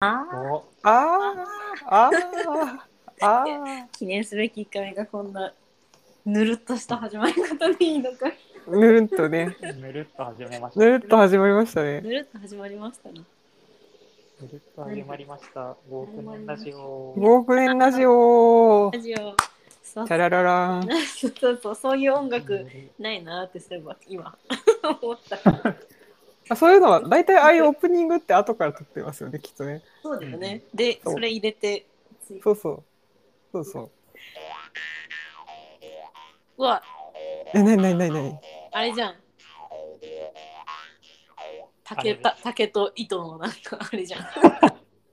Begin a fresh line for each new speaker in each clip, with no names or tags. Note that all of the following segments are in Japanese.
あー
おあーあーあ
記念すべき1回目がこんなぬるっとした始まり方でいいのか
ぬるんとね、
ーぬるっと始めました
ぬるっと始まりましたね。
ぬるっと始まりましたな
ぬるっと始まりました5億年ラジオ
5億年ラジオ
ラ。ジオそう
チャラララン。
そうそうそうそういう音
ぬ
楽
る
ないなーってすれば 今思った
あそういうのは、大体ああいうオープニングって後から撮ってますよね、きっとね。
そうだよねで
そう
それ入れてつい
そうそう。そうそう。
うわ
え、なになになになに
あれじゃん竹た竹と糸のなんかあれ じゃん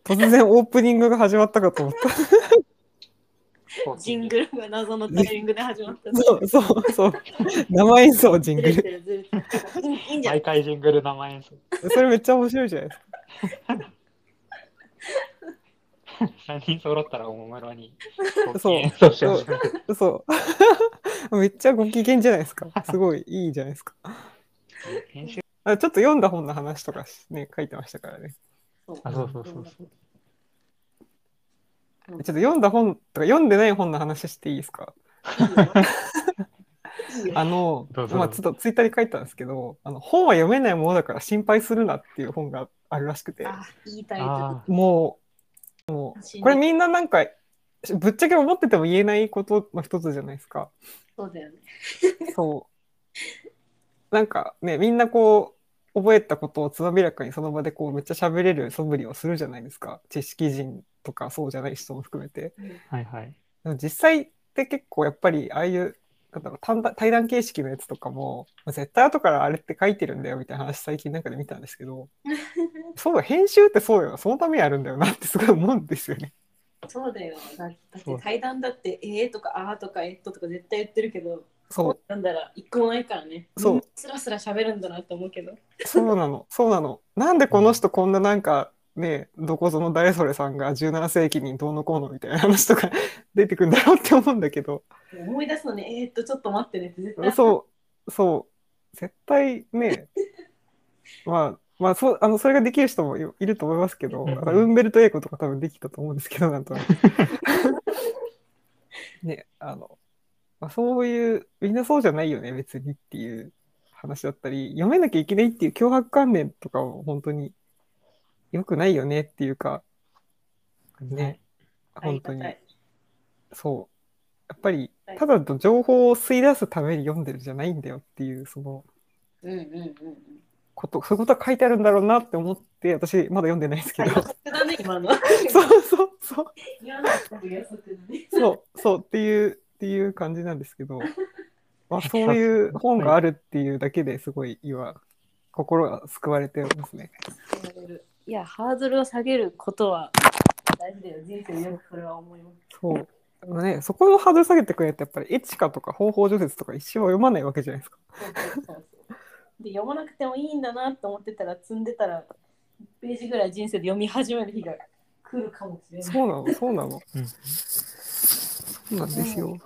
突然オープニングが始まったかと思った。
ジングルが謎のタイミングで始ま った
そうそうそう。生演奏ジ
ず
ング
れ
ル。
てるずれてるいいいいんじゃん
毎回ジングル生演奏
それめっちゃ面白いじゃないですか。
3人揃ったらおもむろに
そう
演奏し始める
そう。 めっちゃご機嫌じゃないですか。すごいいいじゃないですか。
編集
あちょっと読んだ本の話とかしね、書いてましたからね。
あそうそうそうそう
ちょっと読んだ本とか読んでない本の話していいですか
いいよ
あの
どう、ぞ
まあ、ちょっとツイッターに書いたんですけど、あの本は読めないものだから心配するなっていう本があるらしくて、
あいいタイトル
あ
もう、これみんななんか、ぶっちゃけ思ってても言えないことの一つじゃないですか。
そうだよね。
そう。なんかね、みんなこう、覚えたことをつまびらかにその場でこうめっちゃ喋れる素振りをするじゃないですか。知識人とかそうじゃない人も含めて。
ーはいはい
でも実際って結構やっぱりああいうなんだろう単だ対談形式のやつとかもまあ絶対後からあれって書いてるんだよみたいな話最近なんかで見たんですけどそうだ編集ってそうだよなそのためにあるんだよなってすごい思うんですよね。
そうだよ。だだっ
そ
て
う
対談だって、ええとか、ああとか、えっととか絶対言ってるけど、
そう
なんだら一個もないからね。
そう
みんなスラスラ喋るんだなって思うけど。
そうなのそうなの。なんでこの人こんななんかねどこぞの誰それさんが17世紀にどうのこうのみたいな話とか 出てくるんだろうって思うんだけど
思い出すのね、えーっと、ちょっと待ってねって絶対。
そうそう絶対 ねまあまあそうあのそれができる人もいいると思いますけど
うんうん
だからウンベルト・エイコとか多分できたと思うんですけどなんと なくねあの、まあ、そういうみんなそうじゃないよね別にっていう話だったり読めなきゃいけないっていう脅迫観念とかも本当に良くないよねっていうかね
ありが
本
た
当
い
に。そう。やっぱり
はい、
ただの情報を吸い出すために読んでるんじゃないんだよっていう、その
うんうんうんうん。
こと、そういうことが書いてあるんだろうなって思って、私、まだ読んでないですけ
はい
ど。
予測だね、今の。
そうそうそう、
今の予測だね。
そう、そうっていう、っていう感じなんですけど、まあ、そういう本があるっていうだけですごい、今、心が救われてますね。
やれるいや、ハードルを下げることは大事だよ。人生によくそれは思います。
そう。あのね、そこのハードル下げてくれって、やっぱり、エチカとか方法除雪とか一生読まないわけじゃないですか。
そうそうそうで読まなくてもいいんだなと思ってたら積んでたら1ページぐらい人生で読み始める日が来るかもしれない。
そうなの、そうなの。
うん
そうなんですよ。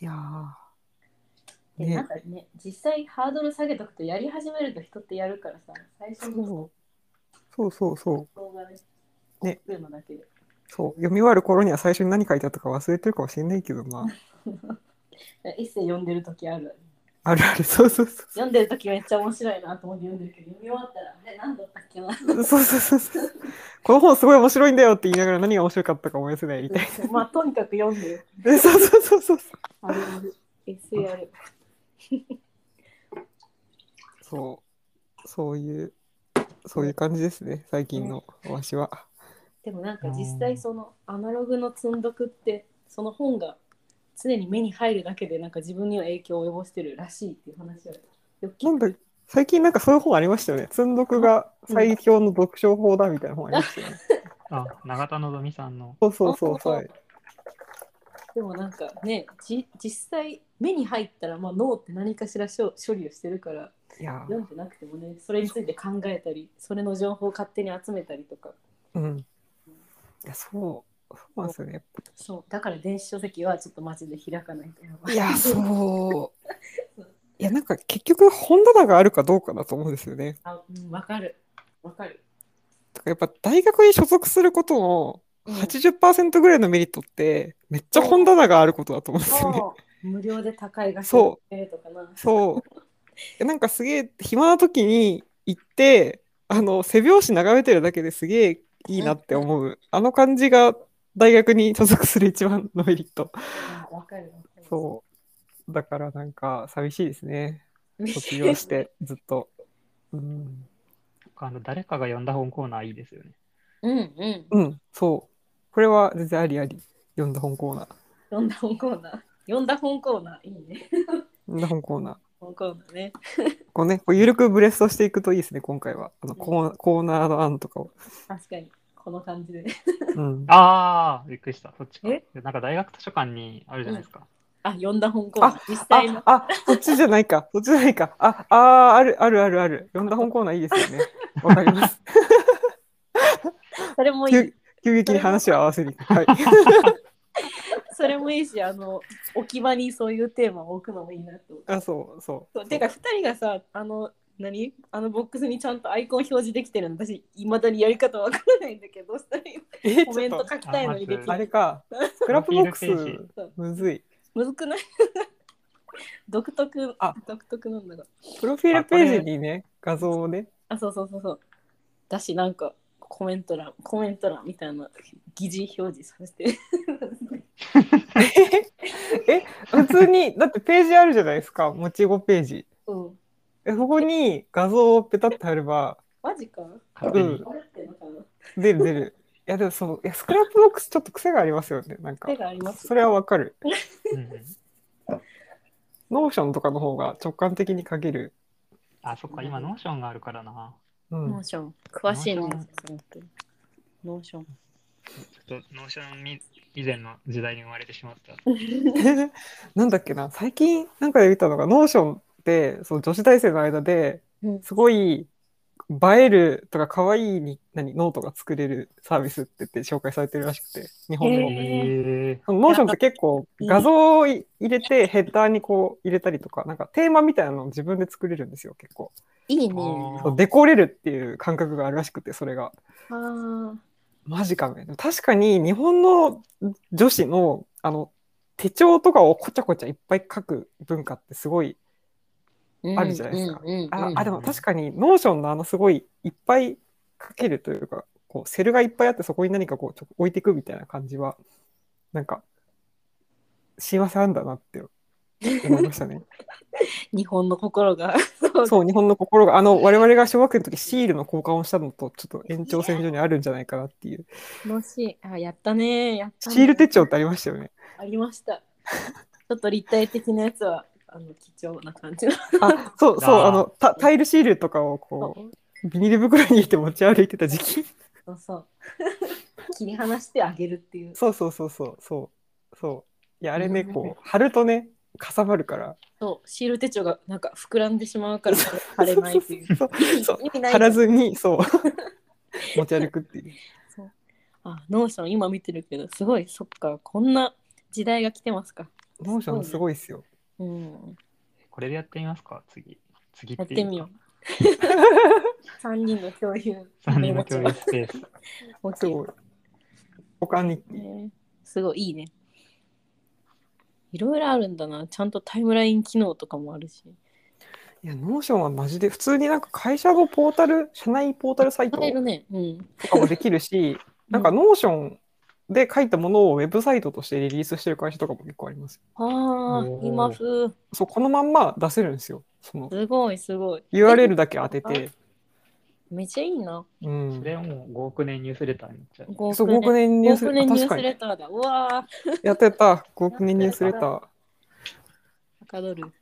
いやー。
で
ね
なんかね実際ハードル下げとくとやり始めると人ってやるからさ最初の
そうそうそうそう
動画ね
ね
作るのだけで
そう読み終わる頃には最初に何書いてあったか忘れてるかもしれないけどま
エッセイ読んでる時ある
ああるあるそうそうそ
読んでる時めっちゃ面白いなと思って読んでるけど読み終わったらあれ何だったっけな
うそうそうそうそうこの本すごい面白いんだよって言いながら何が面白かったか思い出せないみたい
まあとにかく読んでる
なでそうそうそうそう
あるあるエッセイある
そうそういうそういう感じですね最近のわしは
でもなんか実際そのアナログの積んどくってその本が常に目に入るだけでなんか自分には影響を及ぼしてるらしいっていう話をよく聞
ないんだ最近なんかそういう本ありましたよね積んどくが最強の読書法だみたいな本ありましたよね
あ永田のぞみさんの
そうそうそうそう
でもなんかねじ実際目に入ったらまあ脳って何かしら処処理をしてるから
いやー
読んでなくてもねそれについて考えたりそれの情報を勝手に集めたりとか
うんいやそうそうなんですよね
そうだから電子書籍はちょっとマジで開かないとやば
いや、そう。いや、なんか結局本棚があるかどうかだと思うんですよね。
あうんわかるわかる
だかやっぱ大学に所属することの
うん
80%ぐらいのメリットって、めっちゃ本棚があることだと思うんですよね。
そう無料で高いが。
そう
とかな。
そう。えなんかすげえ暇な時に行って、あの背表紙眺めてるだけですげえいいなって思う。あの感じが大学に所属する一番のメリット。
あわかるわかる。
そう。だからなんか寂しいですね。
う
卒業してずっと。うん。
あの誰かが読んだ本コーナーいいですよね。
うんうん。
うん、そう。これは全然ありあり。読んだ本コーナー。
読んだ本コーナー。読んだ本コーナー。いいね。
読んだ本コーナー。
本コーナーね。
こうね、こう緩くブレストしていくといいですね、今回は。あのコーコーナーの案とかを。
確かに。この感じで。
うん、
ああ、びっくりした。そっちか
え。
なんか大学図書館にあるじゃないですか。
あ、読んだ本コーナー。実際の
あ。あそっちじゃないか、そっちじゃないか。ああー、あるあるあるある。読んだ本コーナーいいですよね。わかります。
それもいい
急。急激に話を合わせに。はい。
それもいいし、あの、置き場にそういうテーマを置くのもいいなと思って。
あ、そうそ
そうてか、二人がさ、あの、何あのボックスにちゃんとアイコン表示できてるの私いまだにやり方わからないんだけどどうしたらいいの
う。え、
コ
ち
メ
ょ
ン
っ
ト
と、
書きたいのにでき
と
な
あ
い
れか、スクラップボック
プロフィールペ
ス、むずい。
むずくない 独特
あ
独特なんだが
プロフィールページにね、画像をね。
あそうそうそうそうだしなんかコメント欄コメント欄みたいな擬似表示させて
え、普通に、だってページあるじゃないですか、もち5ページ。
うん
え、そこに画像をペタッと貼れば、
マジか
勝手に
うん
これってのかな
出る出る。いやでもそのいやスクラップボックスちょっと癖がありますよね。なんか
手があります
それはわかる。
うんうん
ノーションとかの方が直感的に書ける。
あ、そっか、今、ノーションがあるからな。
う
ノ
ん
ー。ション詳しいね
ノーション
本当にノーション
ちょっと、ノーションみ以前の時代に生まれてしまった。
なんだっけな最近なんかで見たのがノーションってその女子大生の間で
うん
すごい映えるとか可愛いに何ノートが作れるサービスって言って紹介されてるらしくて日本でも。
え
そのノーションって結構画像をい入れてヘッダーにこう入れたりとかなんかテーマみたいなのを自分で作れるんですよ結構。
いいね
あ
そうデコれるっていう感覚があるらしくてそれが
あー
マジかねでも確かに日本の女子のあの手帳とかをこちゃこちゃいっぱい書く文化ってすごい
うん
あるじゃないですか
うんうんうん
あ,、
うん
あでも確かにノーションのあのすごいいっぱい書けるというかこうセルがいっぱいあってそこに何かこうちょ置いていくみたいな感じはなんか幸せあんだなって思いましたね
日本の心がそう
そう日本の心があの我々が小学生の時シールの交換をしたのとちょっと延長線上にあるんじゃないかなっていう
楽しいあやったねやったね
シール手帳ってありましたよね
ありました。ちょっと立体的なやつはあの貴重な感じの。
あそうそう
あー
あのタタイルシールとかをこうビニール袋に入れて持ち歩いてた時期
そうそう。切り離してあげるっていう。
そうそうそうそうそうそういやあれね
うん
こう貼るとねかさばるから
そう、シール手帳がなんか膨らんでしまうから貼れないっていう。
そう
意味
そう
意味ない
貼らずに そう持ち歩くっていう
そうあ、ノーション今見てるけど、すごい、そっか、こんな時代が来てますか。
ノーションすごいですよ
うん。
ーこれでやってみますか、次。次
や
っ
っててみよう。3人 の共有。
う。3人の共有スペース。
持ち
すごい保管日記
ねすごいいいね。いろいろあるんだな。ちゃんとタイムライン機能とかもあるし。
いやノーションはマジで普通になんか会社のポータル社内ポータルサイト
使えるね。 うん。
とかもできるしなんかノーションで書いたものをウェブサイトとしてリリースしてる会社とかも結構あります
ああ
お、ー
今風。
そう、このまんま出せるんですよ。その
すごいすごい。
URL だけ当てて。
めっちゃいいな。
う
そ
ん。
れはもう5億年ニュースレターになっちゃう。
5
そう、5
億
億
年
年ニュース
5億年
レタ
ニュ
ー。確
ー
か
ス
に
レ。ターだ。うわあ、
やってた。5億年ニュースレター。
はかどる。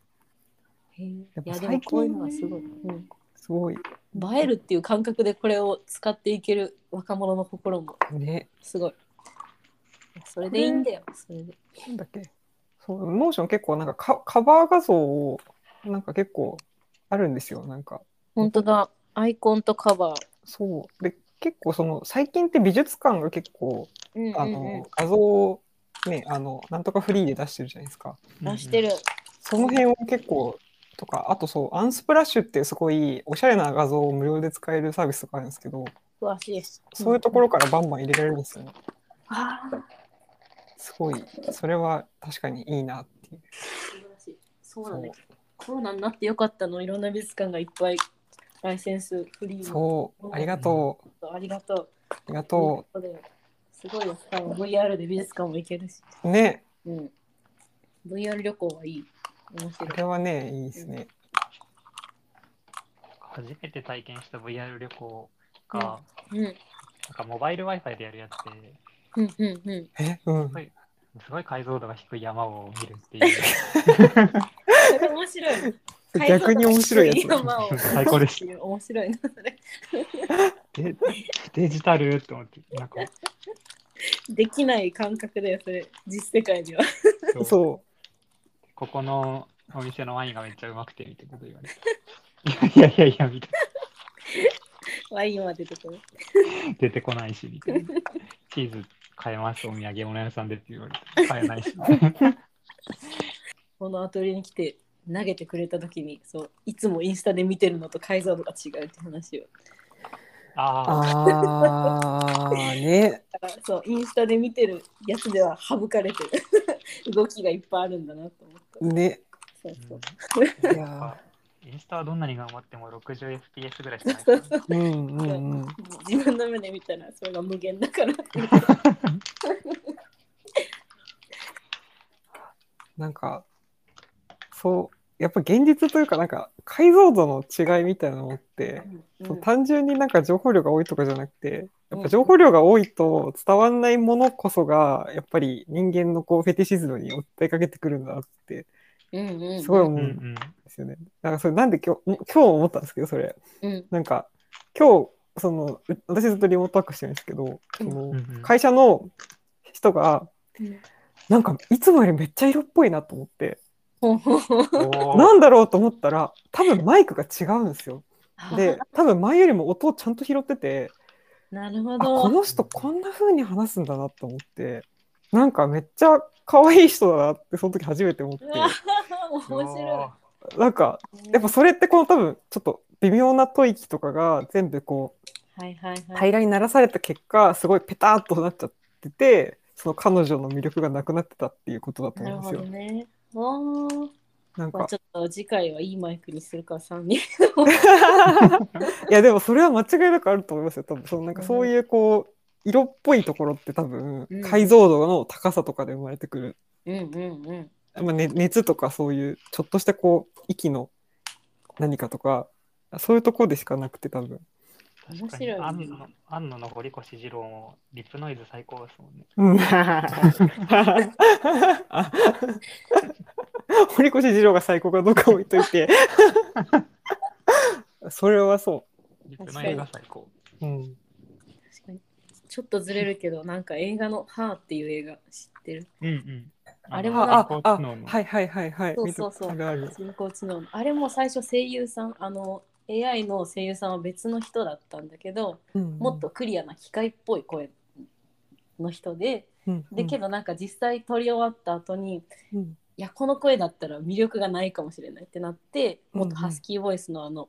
へえい
やっぱ
や、でも
最近
こういうのはすごい。うん
すごい。
映えるっていう感覚でこれを使っていける若者の心も
ね。
すごい。いやそれでいいんだよ。それで。
なんだっけ。そう、ノーション結構なんかカカバー画像を、なんか結構あるんですよ。なんか。
本当だ。アイコンとカバー。
そう。で、結構その、最近って美術館が結構、
うん
あ
うん
の、画像を、ね、あの、なんとかフリーで出してるじゃないですか。
うん、出してる。
その辺を結構とか、あとそう、アンスプラッシュっていうすごいおしゃれな画像を無料で使えるサービスとかあるんですけど、
詳しいです。
そういうところからバンバン入れられるんですよね。
ああ、
すごい、それは確かにいいなっていう。
素晴らしい。そうなんだ。コロナになってよかったの。いろんな美術館がいっぱいライセンスフリーの
そう、ありがとう、
ありがとう。
ありがと
う。すごいよ。しかも VR で美術館も行けるし。
う。ね、
うん。VR 旅行はいい。面
こ
白い。
れはね、いいですね。
初めて体験した VR 旅行が、
うん
なんかモバイル Wi-Fi でやるやつで、
うんうんうん。
え、うん。
すごい解像度が低い山を見るって いう、
それ面 白い。
逆に面白いやつだ。
山を
最高です。
面白いな、それ。
デデジタルと思って、なんか、
できない感覚だよ、それ。実世界では。
そう
そ
ここのお店のワインがめっちゃうまくてみたいなこと言われ て、いやいやいや、みたい
ワインは出てくる。
な出てこないし、み たいな。チーズ買えます、お土産物屋さんでって言われて、買えな いし。
このアトリエに来て投げてくれた時にそういつもインスタで見てるのと解像度が違うって話を
う。
ああ、
ああ、ね。
だからそうインスタで見てるやつでは省かれてる動きがいっぱいあるんだなと思った
ね。
そうそう
いや
あ
ー
インスタはどんなに頑張っても 60fps ぐらいしかないから。
うんうんうん。
自分の目で見たらそれが無限だから
なんか、そう、やっぱ現実というか、なんか解像度の違いみたいなのって、そう単純になんか情報量が多いとかじゃなくて、やっぱ情報量が多いと伝わんないものこそが、やっぱり人間のこうフェティシズムに訴えかけてくるんだなって、
うんうん
すごい
うん
思
う
うんで
ん。
すよね。なんかそれなんで今日、ん今日思ったんですけど、それ。
うん
なんか、今日、その、う私ずっとリモートワークしてるんですけど、その
うんうん
会社の人が、
うん
なんかいつもよりめっちゃ色っぽいなと思って、
ほうほうほう
おー
なんだろうと思ったら多分マイクが違うんで すよ。で多分前よりも音をちゃんと拾ってて
なるほ
あこ
ど
の人こんな風に話すんだなと思ってなんかめっちゃ可愛い人だなってその時初めて思っ
うわ
て
面白
なんか
い
やっぱそれってこの多分ちょっと微妙な吐息とかが全部こう
はいはいはい
平らにならされた結果すごいペタっとなっちゃっててその彼女の魅力がなくなってたっていうことだと
な
思う
るほ
んです
ど
よ。
ねおー
なん
まあ
か
ちょっと次回はいいマイクにするから3人
いやでもそれは間違いなくあると思いますよ多分そのなんかそういうこう色っぽいところって多分
うん
解像度の高さとかで生まれてくる、
うんうんうん
まあね、熱とかそういうちょっとしたこう息の何かとかそういうところでしかなくて多分
面白いね
確かに安野安野の堀越二郎もリップノイズ最高ですも んね。
うんあ堀越二郎が最高かどうか置いといてそれはそ
リップノイズが最高。
う、うん、
確かにちょっとずれるけどなんか映画の「ハーっていう映画知ってる
うんうん。
あれは
は
なん
あ
か
高
あ
知能の。
はいはいはいはい
そうそうそう
あるある
人工知能のあれも最初声優さんあの AI の声優さんは別の人だったんだけど
うん
もっとクリアな機械っぽい声の人で
うん
でけどなんか実際撮り終わった後に
うん
いやこの声だったら魅力がないかもしれないってなってもっとハスキーボイスのあの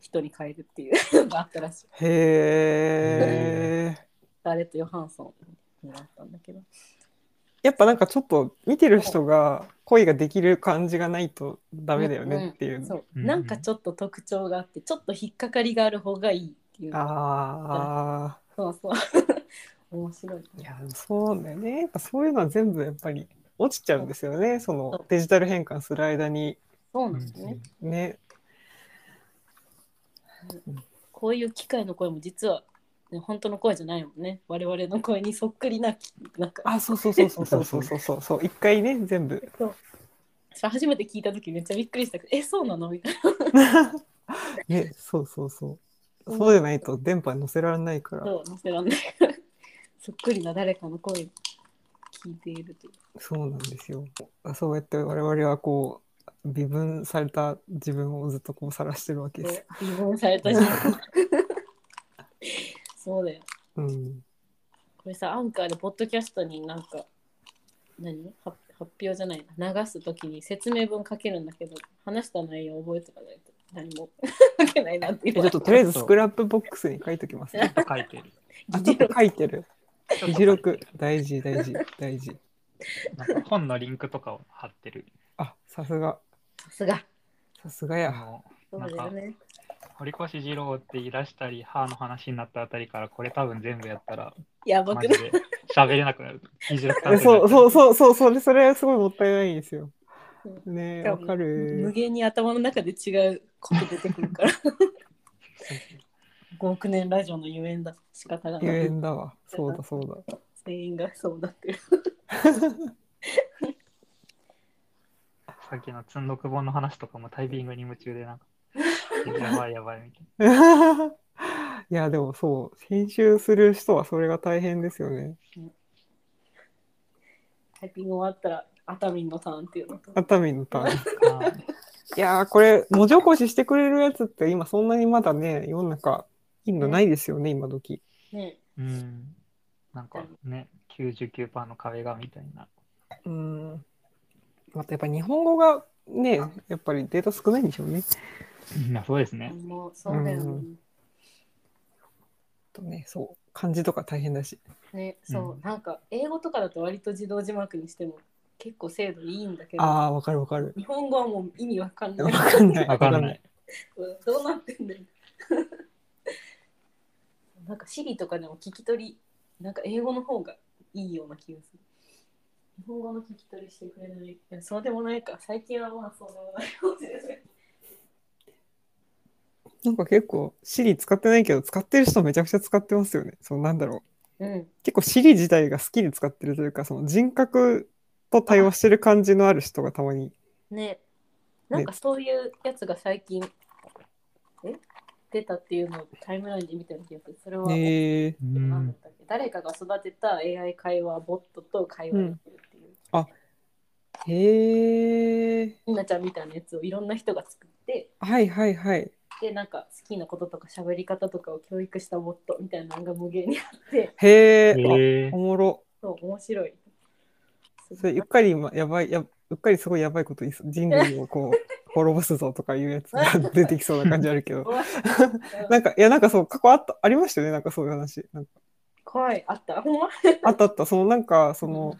人に変えるっていうのがあったらしい
へえ。
ダレット・ヨハンソンになったんだけど
やっぱなんかちょっと見てる人が恋ができる感じがないとダメだよねっていう。
んそう、
うん
なんかちょっと特徴があってちょっと引っかかりがある方がいいっていう
あ
そうそう 面白い
あ、いやそうだよね。やっぱそういうのは全部やっぱり落ちちゃうんですよね。そのデジタル変換する間に
そうなんですね、
ね。
こういう機械の声も実は、ね、本当の声じゃないもんね我々の声にそっくりななんか
あ、そうそうそう そうそうそうそうそうそう。一回ね全部。
それ初めて聞いた時めっちゃびっくりしたけどえそうなのみたいな
ね、そうそうそう。そうじゃないと電波に乗せられないから。
そう載せらんないそっくりな誰かの声を聞いているという
そうなんですよ。そうやって我々はこう微分された自分をずっとこう晒してるわけです。
微分された 瞬間そうだよ
うん。
これさアンカーでポッドキャストになんか何は発表じゃないな流すときに説明文書けるんだけど話した内容覚えておかないと何 も書けないなって
えち
今
ょっととりあえずスクラップボックスに書いときます、
ちょっと書いてる。
あちょ
議
っ
事
と
録
書いて る
ちょっ
議
と
事録大事大事大事
なんか本のリンクとかを貼ってる。
あさすが
さすが
さすが
あ
や
の
そうですね
堀越二郎って言い出したり、歯の話になったあたりから、これ多分全部やったら、
やば
マ
く
ジ
ない
で喋れなくな る。議事録担当
えそうそう
う。
そうそうそれそれはすごいもったいないんですよねえわか
無
る
限に頭の中で違うこと出てくるから 5億年ラジオのゆえんだ仕方が
ゆ
な
え
い
んだわそうだそうだ
全員がそうなってる
さっきの積んどく本の話とかもタイピングに夢中で、なんか、やばいやばいみたい
いや、でもそう、編集する人はそれが大変ですよね。
タイピング終わったら熱海のターンっていうのと
熱海のターン。
な。あ
いやー、これ、文字起こししてくれるやつって今そんなにまだね、世の中、いいのないですよね、今時。
ね
ーうん。なんかね、99%の壁がみたいな。
うん。またやっぱ日本語がね、やっぱりデータ少ないんでしょうね。
いやそうですね。
もうそうだよね
とね、そう、漢字とか大変だし。
ねそう、
うん
なんか英語とかだと割と自動字幕にしても結構精度いいんだけど
ああ、わかるわかる。
日本語はもう意味わかんな
わ
い
かんない。
わかんない。
うんどうなってんだよ。 なんか Siri とかでも聞き取り、なんか英語の方がいいような気がする。日本語の聞き取りしてくれない。いやそうでもないか。最近はまあそうでもないかもしれない。
なんか結構、シリ使ってないけど、使ってる人めちゃくちゃ使ってますよね。そう、なんだろう。
うん。
結構 Siri 自体が好きに使ってるというかその人格と対応してる感じのある人がたまに
ね。なんかそういうやつが最近、え出たっていうのをタイムラインで見たような気がする。それは、
へえ
う
なんだ
ん
っ。たっけ誰かが育てた AI 会話ボットと会話できるっていう。
へえ
みなちゃんみたいなやつをいろんな人が作って、
はいはいはい
でなんか好きなこととか喋り方とかを教育したボットみたいなのが無限にあって
へえ、
え
あおもろ
そう面白い
それうっかり今やばいやうっかりすごいやばいこと言いそう人類をこう 滅ぼすぞとかいうやつが 出てきそうな感じあるけど
な
なんん
か
かいやなんかそう過去あったありましたよねなんかそういう話なんか
怖いあったほんま
あったあったそのなんかその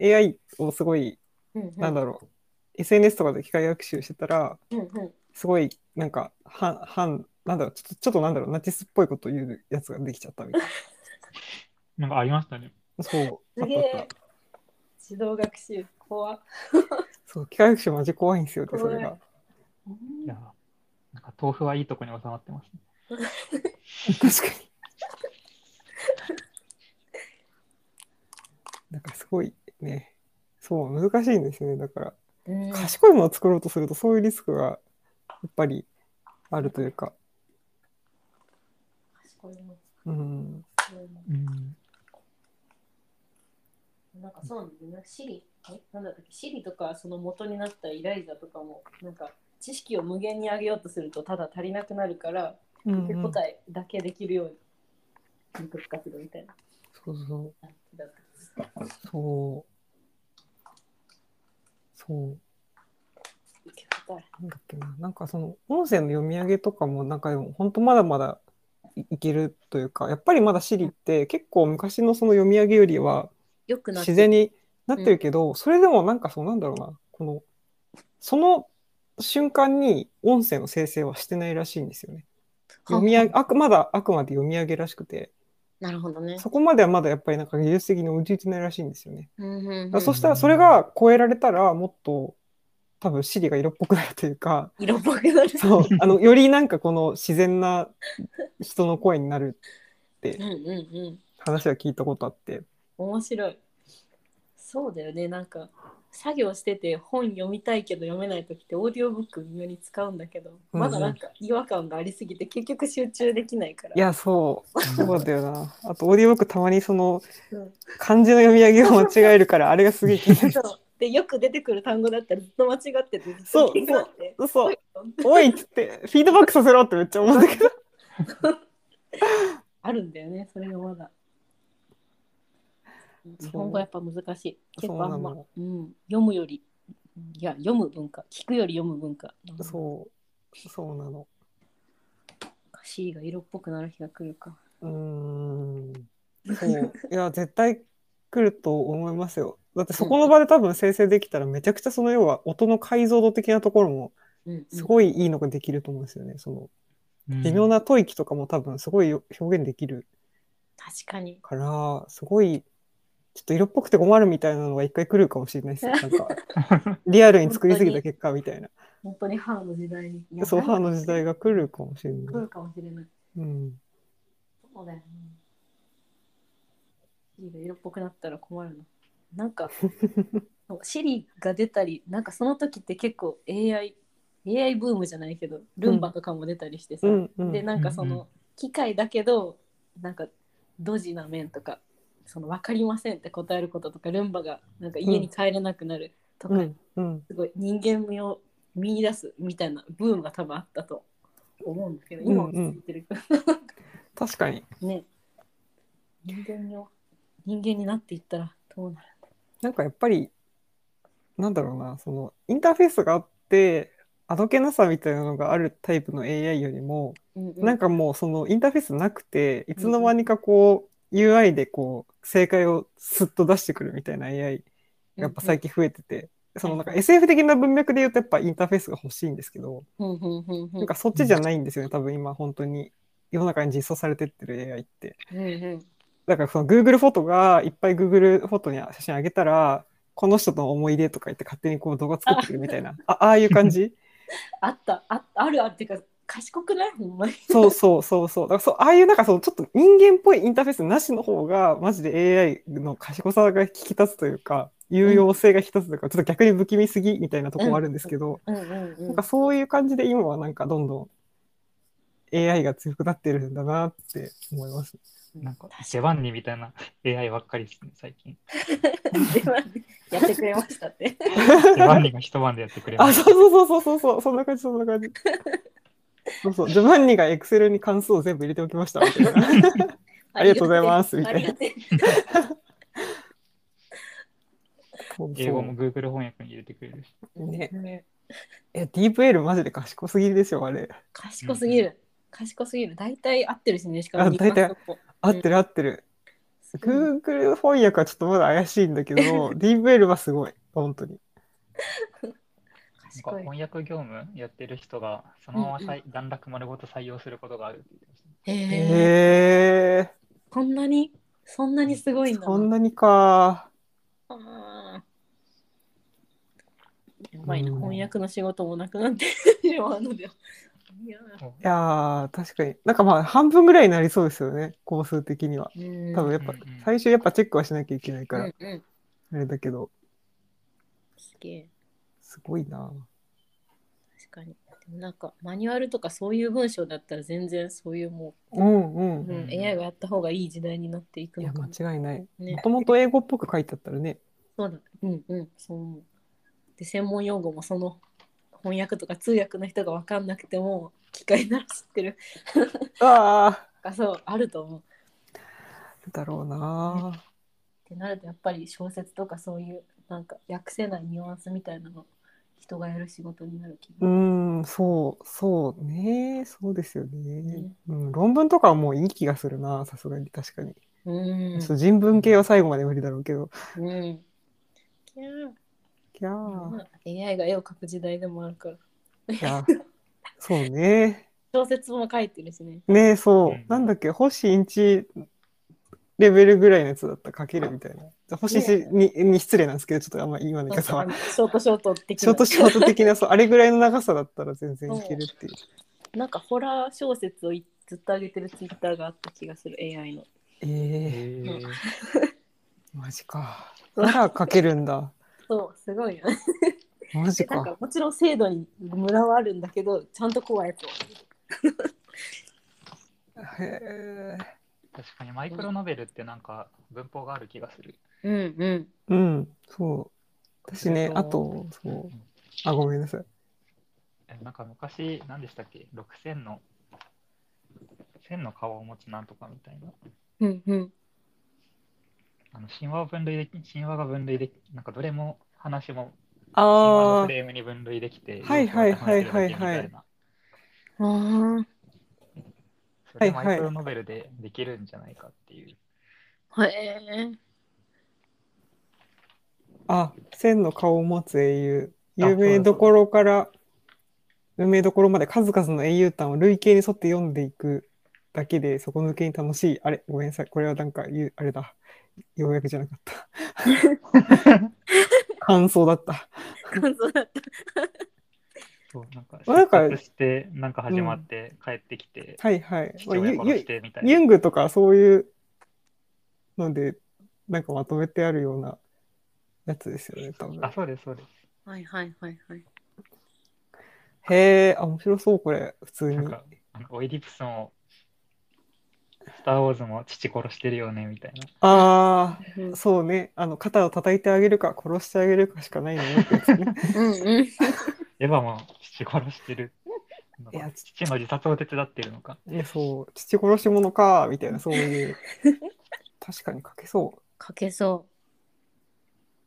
AI をすごいなんだろう SNS とかで機械学習してたら
うんうん
すごい、なんか、反、反、なんだろう、ちょっと、ちょっとなんだろう、ナチスっぽいこと言うやつができちゃったみたい
なんかありましたね。
な。そう。
すげ
あったあっ
え
た
自動学習怖
そう、機械学習マジ怖いんですよね、そ
怖い
れが。
いや、なんか豆腐はいいとこに収まってます、ね。
確かに。なんかすごいね、そう、難しいんですよね。だから、
うん
賢いものを作ろうとすると、そういうリスクが、やっぱり、あるというか、
賢いもん
うん。
すごいもん
うん。
なんかそうなんだよね。シリ、え、なんだったっけ、シリとかその元になったイライザとかも、なんか知識を無限に上げようとするとただ足りなくなるから、
うん
受け
うん、
答えだけできるように、リンク活動みたいな
そうそう。
感じだった。
そう。そう。
受け答え。
なんだっけな、なんかその音声の読み上げとかも、なんかでも本当まだまだいいけるというか、やっぱりまだ Siri って結構昔のその読み上げよりは
よくなって
自然になってるけど、それでもなんかそうなんだろうな、この、その瞬間に音声の生成はしてないらしいんですよね。読み上げ、あくまだあくまで読み上げらしくて、
なるほどね。
そこまではまだやっぱりなんか技術的に追いついてないらしいんですよね。
うんうん
だからそしたらそれが超えられたらもっと多分 Siri が色っぽくなるというか、
色っぽくなる。
そう、あの、よりなんかこの自然な人の声になるって
うんうんうん。
話は聞いたことあって。
面白い。そうだよね。なんか、作業してて本読みたいけど読めない時ってオーディオブック微妙に使うんだけど、まだなんか違和感がありすぎて結局集中できないから。
いや、 そう、そうだよな。あと、オーディオブックたまにその
うん
漢字の読み上げを間違えるから、あれがすげえ気になる。
そうでよく出てくる単語だったらずっと間違っててずっ
そう
と気になって
嘘、おいっつって、フィードバックさせろってめっちゃ思うんだけど。
あるんだよねそれがまだ
そう
日本語やっぱ難しい結構あんま
そうなの
うん、読むよりいや読む文化聞くより読む文化
そう、そうなの。
歌詞が色っぽくなる日が来るか。
うーん。そう。いや、絶対来ると思いますよ。だってそこの場で多分生成できたらめちゃくちゃその要は音の解像度的なところも
うん
す
い。
ごいいいのができると思うんですよね。その
うん
微妙な吐息とかも多分すごいよ表現できる
確かに。
から、すごいちょっと色っぽくて困るみたいなのが一回来るかもしれないですよ。なん かリアルに作りすぎた結果みたいな。
本当に母の時代に。いや
そう、
なんか
母の時代が来るかもしれ
来
ない。
るかもしれない。
うん。
そうだよね。シリが色っぽくなったら困るの。なんか、 そうシリが出たり、なんかその時って結構 AI、AI ブームじゃないけど、ルンバとかも出たりしてさ。
うん、うん。
で、なんかそ
うんう
の、機械だけど、なんか、ドジな面とか、その、分かりませんって答えることとか、ルンバが、なんか家に帰れなくなるとか、
うん、うん。
すごい人間味を見出すみたいなブームが多分あったと思うんですけど、今落ち着いてるけど
確かに。
ね人間の人間になっていったらどうなる
なんかやっぱり、なんだろうな、そのインターフェースがあって、あどけなさみたいなのがあるタイプの AI よりも、なん
か
かもうそのインターフェースなくて、いつの間にかこう、UI でこう、正解をスッと出してくるみたいな AI がやっぱ最近増えてて、そのなんか SF 的な文脈で言うとやっぱインターフェースが欲しいんですけど、
うんうんうんうん
なんかそっちじゃないんですよね、多分今本当に世の中に実装されてってる AI って。
うんうん
だからその Google フォトがいっぱい Google フォトに写真あげたら、この人との思い出とか言って勝手にこう動画作ってくるみたいな、あああいう 感じ
あったああるあっていうか賢くないほんまに
そうそうそうそう。だからそうああいうなんかそのちょっと人間っぽいインターフェースなしの方が、マジで AI の賢さが引き立つというか、有用性が引き立つというか、ちょっと逆に不気味すぎみたいなところあるんですけど、
うん うんう
なん
ん
かそういう感じで今はなんかどんどん AI が強くなってるんだなって思います。
なんか、
確
ジェバンニみたいな AI ばっかりですね、最近。
やってくれましたって
ジェバンニが一晩でやってくれま
あ、
す
そ。うそうそうそうそう、そんな感じ、そんな感じ。そうそう、ジョバンニがエクセルに関数を全部入れておきました。みたいなありがとうございますみたいな
ありがてえ
そう
英
そ
語も
う
Google 翻訳に入れてくれるし。
ね
ね
え、ディープエルマジで賢すぎですよ、あれ。
賢すぎる賢すぎる大体合ってるしねしか
あ
も
大体
日本語
合ってる合ってる。
すごい
Google 翻訳はちょっとまだ怪しいんだけど、ディープエルはすごい、本当に。
なんか
賢い
翻訳業務やってる人が、そのままさい段落丸ごと採用することがあるって言ってましたね。
へえ
へえ
こんなにそんなにすごいん
ー、
だ
そんなにか。
あーやばいな、
うん
翻訳の仕事もなくなってしまうのでは。いや
いやー、確かに。なんかまあ、半分ぐらいになりそうですよね、工数的には。
ー
多分やっぱ
うんうんうん、
最終やっぱチェックはしなきゃいけないから、
うんうん、
あれだけど、
すげえ、
すごいな。
確かに。でもなんか、マニュアルとかそういう文章だったら全然そういうも
うんうん
う、うん
うん。
AI がやった方がいい時代になっていく
い
の
や、
かな。
間違いない。
ね
もともと英語っぽく書いてあったらね。
そうだ、うんうん、そう思う。で、専門用語もその翻訳とか通訳の人が分かんなくても、機械なら知ってる。
あ
あ、そう、あると思う。
あ、だろうな。
ってなるとやっぱり小説とかそういうなんか訳せないニュアンスみたいなの人がやる仕事になる気
う
が、
ん、そう、そうね。そうですよね
ね。
うん、論文とかはもういい気がするな、さすがに、確かに。
うん
ちょっと人文系は最後まで無理だろうけど。
うんキャ
いや
ー
ー、
AI が絵を描く時代でもあるから
いやー、そうね。
小説も書いてるしね
ねそううんなんだっけ、星1レベルぐらいのやつだったら書けるみたいな。じゃ星1にに失礼なんですけど、ちょっとあんま今の 言い方は
あ。のショートショート的
ショート
な
ショート的な、そう、あれぐらいの長さだったら全然いけるっていう。
なんかホラー小説をいずっと上げてるツイッターがあった気がする AI の
ええ
へー
マジか。ホラーかけるんだ。
そうすごいよね
マジ
なん
か。
かもちろん精度にムラはあるんだけどちゃんと怖いやつを
へえ。
確かにマイクロノベルってなんか文法がある気がする。
うんうん
うん、そう。私ね
そ、れ
あと、そう
うん。
あ、ごめんなさい。
えなんか昔、何でしたっけ ?6000 の、千の顔を持つなんとかみたいな。
うんうん
あの神話を分類でき、神話が分類でき、なんかどれも話も神話の
あ
フレームに分類できて、
はいはいはいはいはい
要素が話せるだけみたな
うん。
それ
は
マ
いはい
イクロノベルでできるんじゃないかっていう。
へ え。
あ、千の顔を持つ英雄。
あ
有名どころから、有名どころまで数々の英雄譚を類型に沿って読んでいくだけで底抜けに楽しい。あれ、ごめんなさい。これはなんか言う、あれだ。ようやくじゃなかった。感想だった。
感想だった。
そうなんか、
なんか
出発して、なんか始まって、帰ってきて、
はいはい。
父
まあ
親
ゆ
殺してみたい
ゆユ
な。
ングとかそういうので、なんかまとめてあるようなやつですよね、多分。
あ、そうです、そうです。
はいはいはいはい。
へえ、あ、面白そう、これ、普通
なん
に。
か、あのオイディプスも、スター・ウォーズも父殺してるよね、みたいな。
あ
うん
あ、そうね。あの、肩を叩いてあげるか、殺してあげるかしかないのよってやつ
う
ね。
ん。
エヴァも父殺してる。
いや
父の自殺を手伝ってるのか。
いやそう、父殺し者か、みたいな、そういう。確かに書けそ
かけそう。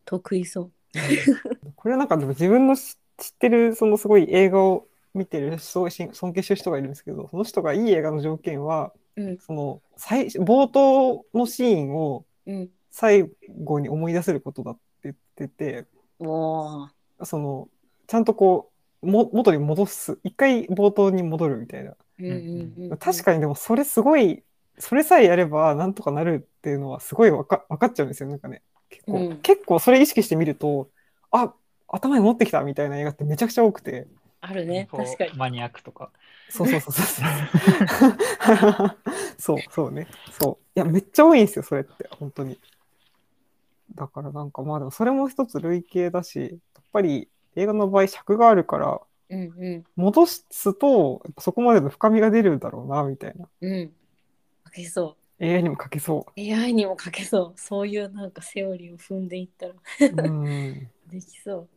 得意そう。
う。これはなんか、でも自分の知知ってる、そのすごい映画を見てる、そうし尊敬してる人がいるんですけど、その人がいい映画の条件は、
うん
その、最冒頭のシーンを
うん。
最後に思い出せることだって言ってて、
おー
そのちゃんとこうも元に戻す一回冒頭に戻るみたいな
うんうんうん。
確かにでもそれすごいそれさえやればなんとかなるっていうのはすごいわか分かっちゃうんですよなんかね結構、
うん
結構それ意識してみるとあ頭に持ってきたみたいな映画ってめちゃくちゃ多くて
あるね。
こう
確かに。
マニアックとか。
そうそうそうそうそうそうそうねそういやめっちゃ多いんですよそれって本当にだからなんかまあでもそれも一つ類型だしやっぱり映画の場合尺があるから
うんう。
戻すとそこまでの深みが出るだろうなみたいなん
うん。かけそ。
AI にも書けそう
AI にもかけそう。そういうなんかセオリーを踏んでいったら
ううん
できそう。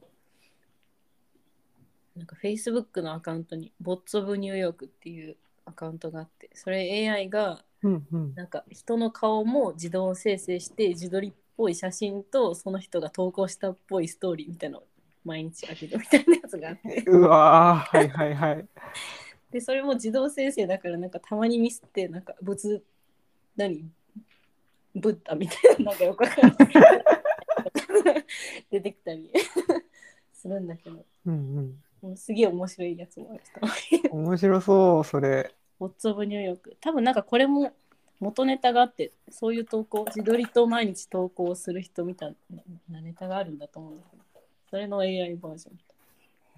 なんか Facebook のアカウントに、ボッツ・オブ・ニューヨークっていうアカウントがあって、それ AI が
うんうん
なんか人の顔も自動生成して自撮りっぽい写真とその人が投稿したっぽいストーリーみたいなのを毎日あげるみたいなやつがあって
うわーはいはいはい
でそれも自動生成だからなんかたまにミスってなんか仏何ブッダみたいななんかよくわかんない 出てきたりするんだけど
うんうん
もうすげえ面白いやつもある
面白そうそれ
ボッツ・オブ・ニューヨーク。多分なんかこれも元ネタがあって、そういう投稿、自撮りと毎日投稿する人みたいなネタがあるんだと思うんだけど、それの AI バージョン。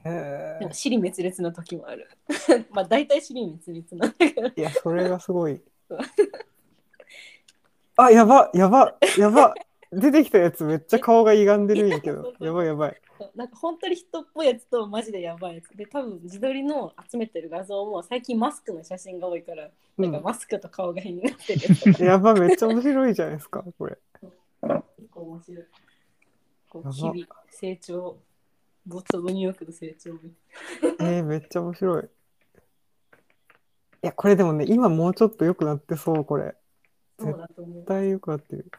へえ
でも、尻滅裂な時もある。まあ、大体尻滅裂なんだけど。
いやそれがすごい
う
あやばやばやば出てきたやつめっちゃ顔が歪んでるんやけ どやばいやばい
なんか本当に人っぽいやつとマジでやばいやつ。で、多分自撮りの集めてる画像も最近マスクの写真が多いから、
う
なんか
ん
マスクと顔が変になってるやつが
やばめっちゃ面白いじゃないですかこれ
結構面白い。こ
や
う
ば
日々成長、ボッツ・オブ・ニューヨークの成長を見て
えー、めっちゃ面白い。いや、これでもね、今もうちょっと良くなってそう、これ。
そうだと思う
絶。対良くなってる。